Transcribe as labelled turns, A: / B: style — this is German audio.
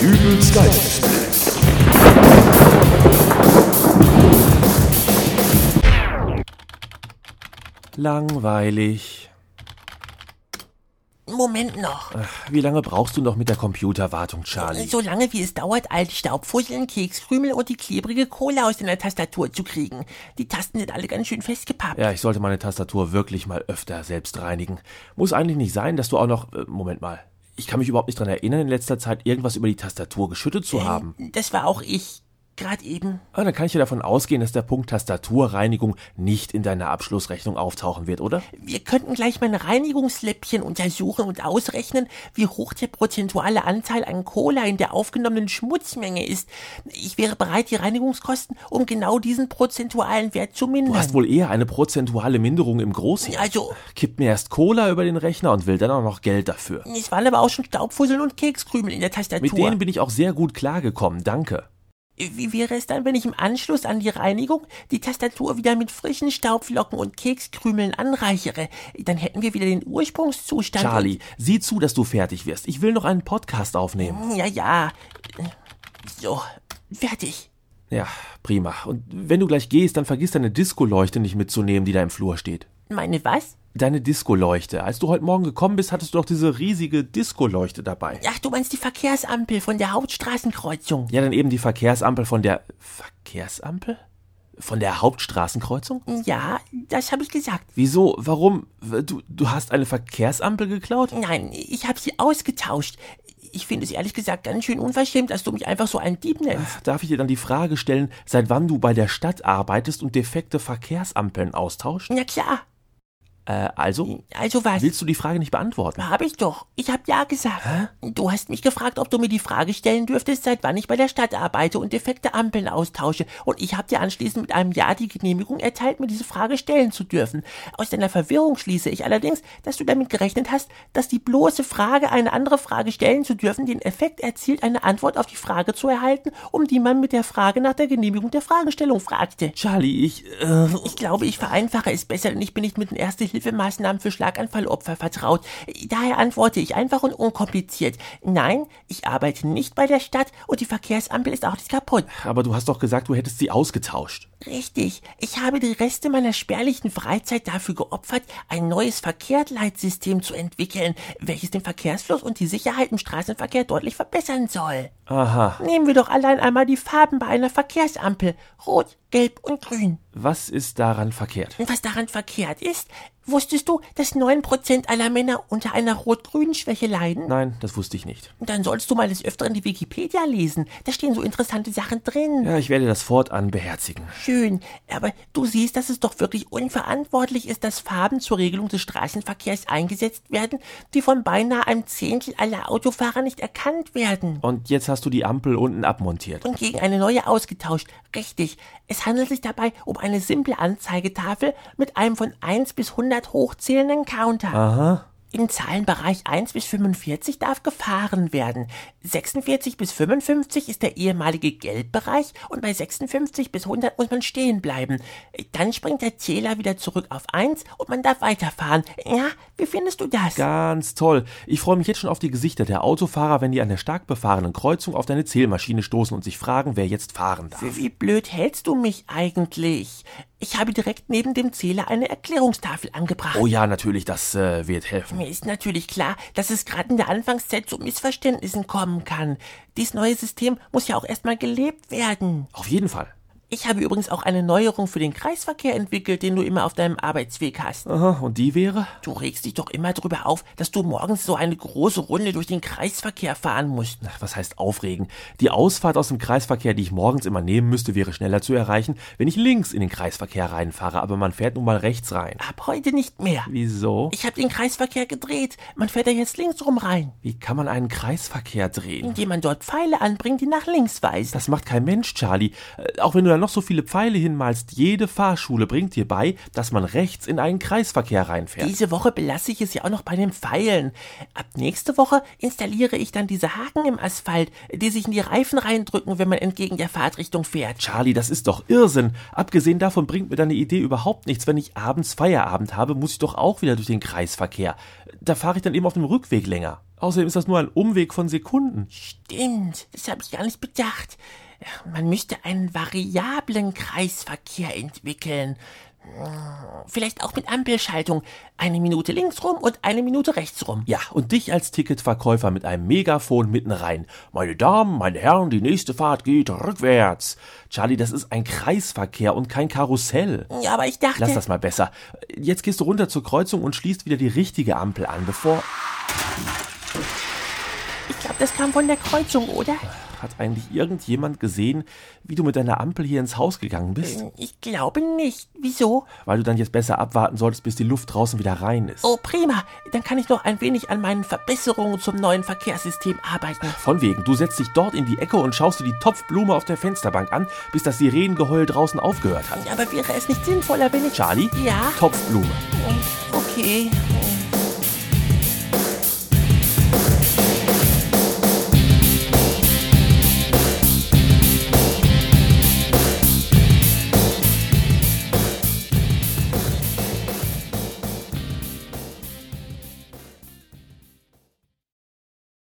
A: Übelst geil.
B: Langweilig.
C: Moment noch. Also
B: Wie lange brauchst du noch mit der Computerwartung, Charlie?
C: So lange wie es dauert, all die Staubfusseln, Kekskrümel und die klebrige Cola aus deiner Tastatur zu kriegen. Die Tasten sind alle ganz schön festgepappt.
B: Ja, ich sollte meine Tastatur wirklich mal öfter selbst reinigen. Muss eigentlich nicht sein, dass du auch noch. Äh, Moment mal. Ich kann mich überhaupt nicht dran erinnern, in letzter Zeit irgendwas über die Tastatur geschüttet zu haben.
C: Das war auch ich. Gerade eben.
B: Ah, dann kann ich ja davon ausgehen, dass der Punkt Tastaturreinigung nicht in deiner Abschlussrechnung auftauchen wird, oder?
C: Wir könnten gleich mein Reinigungsläppchen untersuchen und ausrechnen, wie hoch der prozentuale Anteil an Cola in der aufgenommenen Schmutzmenge ist. Ich wäre bereit, die Reinigungskosten um genau diesen prozentualen Wert zu
B: Du
C: mindern.
B: hast wohl eher eine prozentuale Minderung im Großen.
C: Also,
B: Kippt mir erst Cola über den Rechner und will dann auch noch Geld dafür.
C: es waren aber auch schon Staubfusseln und Kekskrümel in der Tastatur.
B: Mit denen bin ich auch sehr gut klargekommen, danke.
C: Wie wäre es dann, wenn ich im Anschluss an die Reinigung die Tastatur wieder mit frischen Staubflocken und Kekskrümeln anreichere? Dann hätten wir wieder den Ursprungszustand.
B: Charlie, sieh zu, dass du fertig wirst. Ich will noch einen Podcast aufnehmen.
C: Ja, ja. So, fertig.
B: Ja, prima. Und wenn du gleich gehst, dann vergiss deine Discoleuchte nicht mitzunehmen, die da im Flur steht.
C: Meine was?
B: Deine Discoleuchte. Als du heute Morgen gekommen bist, hattest du doch diese riesige Discoleuchte dabei.
C: Ach, du meinst die Verkehrsampel von der Hauptstraßenkreuzung.
B: Ja, dann eben die Verkehrsampel von der. Verkehrsampel? Von der Hauptstraßenkreuzung?
C: Ja, das habe ich gesagt.
B: Wieso? Warum? Du, du hast eine Verkehrsampel geklaut?
C: Nein, ich habe sie ausgetauscht. Ich finde es ehrlich gesagt ganz schön unverschämt, dass du mich einfach so einen Dieb nennst.
B: Darf ich dir dann die Frage stellen, seit wann du bei der Stadt arbeitest und defekte Verkehrsampeln austauscht?
C: Na klar.
B: Äh, also?
C: Also was?
B: Willst du die Frage nicht beantworten?
C: Hab ich doch. Ich hab ja gesagt. Du hast mich gefragt, ob du mir die Frage stellen dürftest, seit wann ich bei der Stadt arbeite und defekte Ampeln austausche. Und ich hab dir anschließend mit einem Ja die Genehmigung erteilt, mir diese Frage stellen zu dürfen. Aus deiner Verwirrung schließe ich allerdings, dass du damit gerechnet hast, dass die bloße Frage, eine andere Frage stellen zu dürfen, den Effekt erzielt, eine Antwort auf die Frage zu erhalten, um die man mit der Frage nach der Genehmigung der Fragestellung fragte.
B: Charlie, ich. Äh,
C: Ich glaube, ich vereinfache es besser, denn ich bin nicht mit den Erste-Hilfe-Maßnahmen für Schlaganfallopfer vertraut. Daher antworte ich einfach und unkompliziert. Nein, ich arbeite nicht bei der Stadt und die Verkehrsampel ist auch nicht kaputt.
B: aber du hast doch gesagt, du hättest sie ausgetauscht.
C: Richtig, ich habe die Reste meiner spärlichen Freizeit dafür geopfert, ein neues Verkehrsleitsystem zu entwickeln, welches den Verkehrsfluss und die Sicherheit im Straßenverkehr deutlich verbessern soll.
B: Aha.
C: Nehmen wir doch allein einmal die Farben bei einer Verkehrsampel. Rot, Gelb und Grün.
B: Was ist daran verkehrt?
C: Was daran verkehrt ist, wusstest du, dass 9% aller Männer unter einer rot-grünen Schwäche leiden?
B: Nein, das wusste ich nicht.
C: Dann sollst du mal des Öfteren die Wikipedia lesen. Da stehen so interessante Sachen drin.
B: Ja, ich werde das fortan beherzigen.
C: Schön, aber du siehst, dass es doch wirklich unverantwortlich ist, dass Farben zur Regelung des Straßenverkehrs eingesetzt werden, die von beinahe einem Zehntel aller Autofahrer nicht erkannt werden.
B: Und jetzt hast du die Ampel unten abmontiert.
C: und gegen eine neue ausgetauscht. Richtig. Es handelt sich dabei um eine simple Anzeigetafel mit einem von 1 bis 100 hochzählenden Counter.
B: Aha.
C: Im Zahlenbereich 1 bis 45 darf gefahren werden. 46 bis 55 ist der ehemalige Gelbbereich und bei 56 bis 100 muss man stehen bleiben. Dann springt der Zähler wieder zurück auf 1 und man darf weiterfahren. Ja, wie findest du das?
B: Ganz toll. Ich freue mich jetzt schon auf die Gesichter der Autofahrer, wenn die an der stark befahrenen Kreuzung auf deine Zählmaschine stoßen und sich fragen, wer jetzt fahren darf.
C: Für wie blöd hältst du mich eigentlich? Ich habe direkt neben dem Zähler eine Erklärungstafel angebracht.
B: Oh ja, natürlich, das äh, wird helfen.
C: Mir ist natürlich klar, dass es gerade in der Anfangszeit zu Missverständnissen kommen kann. Dies neue System muss ja auch erstmal gelebt werden.
B: Auf jeden Fall.
C: Ich habe übrigens auch eine Neuerung für den Kreisverkehr entwickelt, den du immer auf deinem Arbeitsweg hast.
B: Aha, und die wäre?
C: Du regst dich doch immer drüber auf, dass du morgens so eine große Runde durch den Kreisverkehr fahren musst.
B: Ach, Was heißt aufregen? Die Ausfahrt aus dem Kreisverkehr, die ich morgens immer nehmen müsste, wäre schneller zu erreichen, wenn ich links in den Kreisverkehr reinfahre, aber man fährt nun mal rechts rein.
C: Ab heute nicht mehr.
B: Wieso?
C: Ich habe den Kreisverkehr gedreht. Man fährt da jetzt links rum rein,
B: Wie kann man einen Kreisverkehr drehen?
C: indem man dort Pfeile anbringt, die nach links weisen.
B: Das macht kein Mensch, Charlie. Äh, Auch wenn du da noch so viele Pfeile hinmalst, jede Fahrschule bringt dir bei, dass man rechts in einen Kreisverkehr reinfährt.
C: Diese Woche belasse ich es ja auch noch bei den Pfeilen. Ab nächste Woche installiere ich dann diese Haken im Asphalt, die sich in die Reifen reindrücken, wenn man entgegen der Fahrtrichtung fährt.
B: Charlie, das ist doch Irrsinn. Abgesehen davon bringt mir deine Idee überhaupt nichts. Wenn ich abends Feierabend habe, muss ich doch auch wieder durch den Kreisverkehr. Da fahre ich dann eben auf dem Rückweg länger. Außerdem ist das nur ein Umweg von Sekunden.
C: Stimmt, das habe ich gar nicht bedacht. Man müsste einen variablen Kreisverkehr entwickeln. Hm, Vielleicht auch mit Ampelschaltung. Eine Minute links rum und eine Minute rechts rum.
B: Ja, und dich als Ticketverkäufer mit einem Megafon mitten rein. Meine Damen, meine Herren, die nächste Fahrt geht rückwärts. Charlie, das ist ein Kreisverkehr und kein Karussell.
C: Ja, aber ich dachte.
B: Lass das mal besser. Jetzt gehst du runter zur Kreuzung und schließt wieder die richtige Ampel an, bevor.
C: Ich glaube, das kam von der Kreuzung, oder?
B: Hat eigentlich irgendjemand gesehen, wie du mit deiner Ampel hier ins Haus gegangen bist?
C: Ich glaube nicht. Wieso?
B: Weil du dann jetzt besser abwarten solltest, bis die Luft draußen wieder rein ist.
C: Oh, prima. Dann kann ich noch ein wenig an meinen Verbesserungen zum neuen Verkehrssystem arbeiten.
B: Von wegen, du setzt dich dort in die Ecke und schaust dir die Topfblume auf der Fensterbank an, bis das Sirenengeheul draußen
C: Oh.
B: aufgehört hat.
C: Aber wäre es nicht sinnvoller, wenn ich.
B: Charlie?
C: Ja?
B: Topfblume.
C: Okay.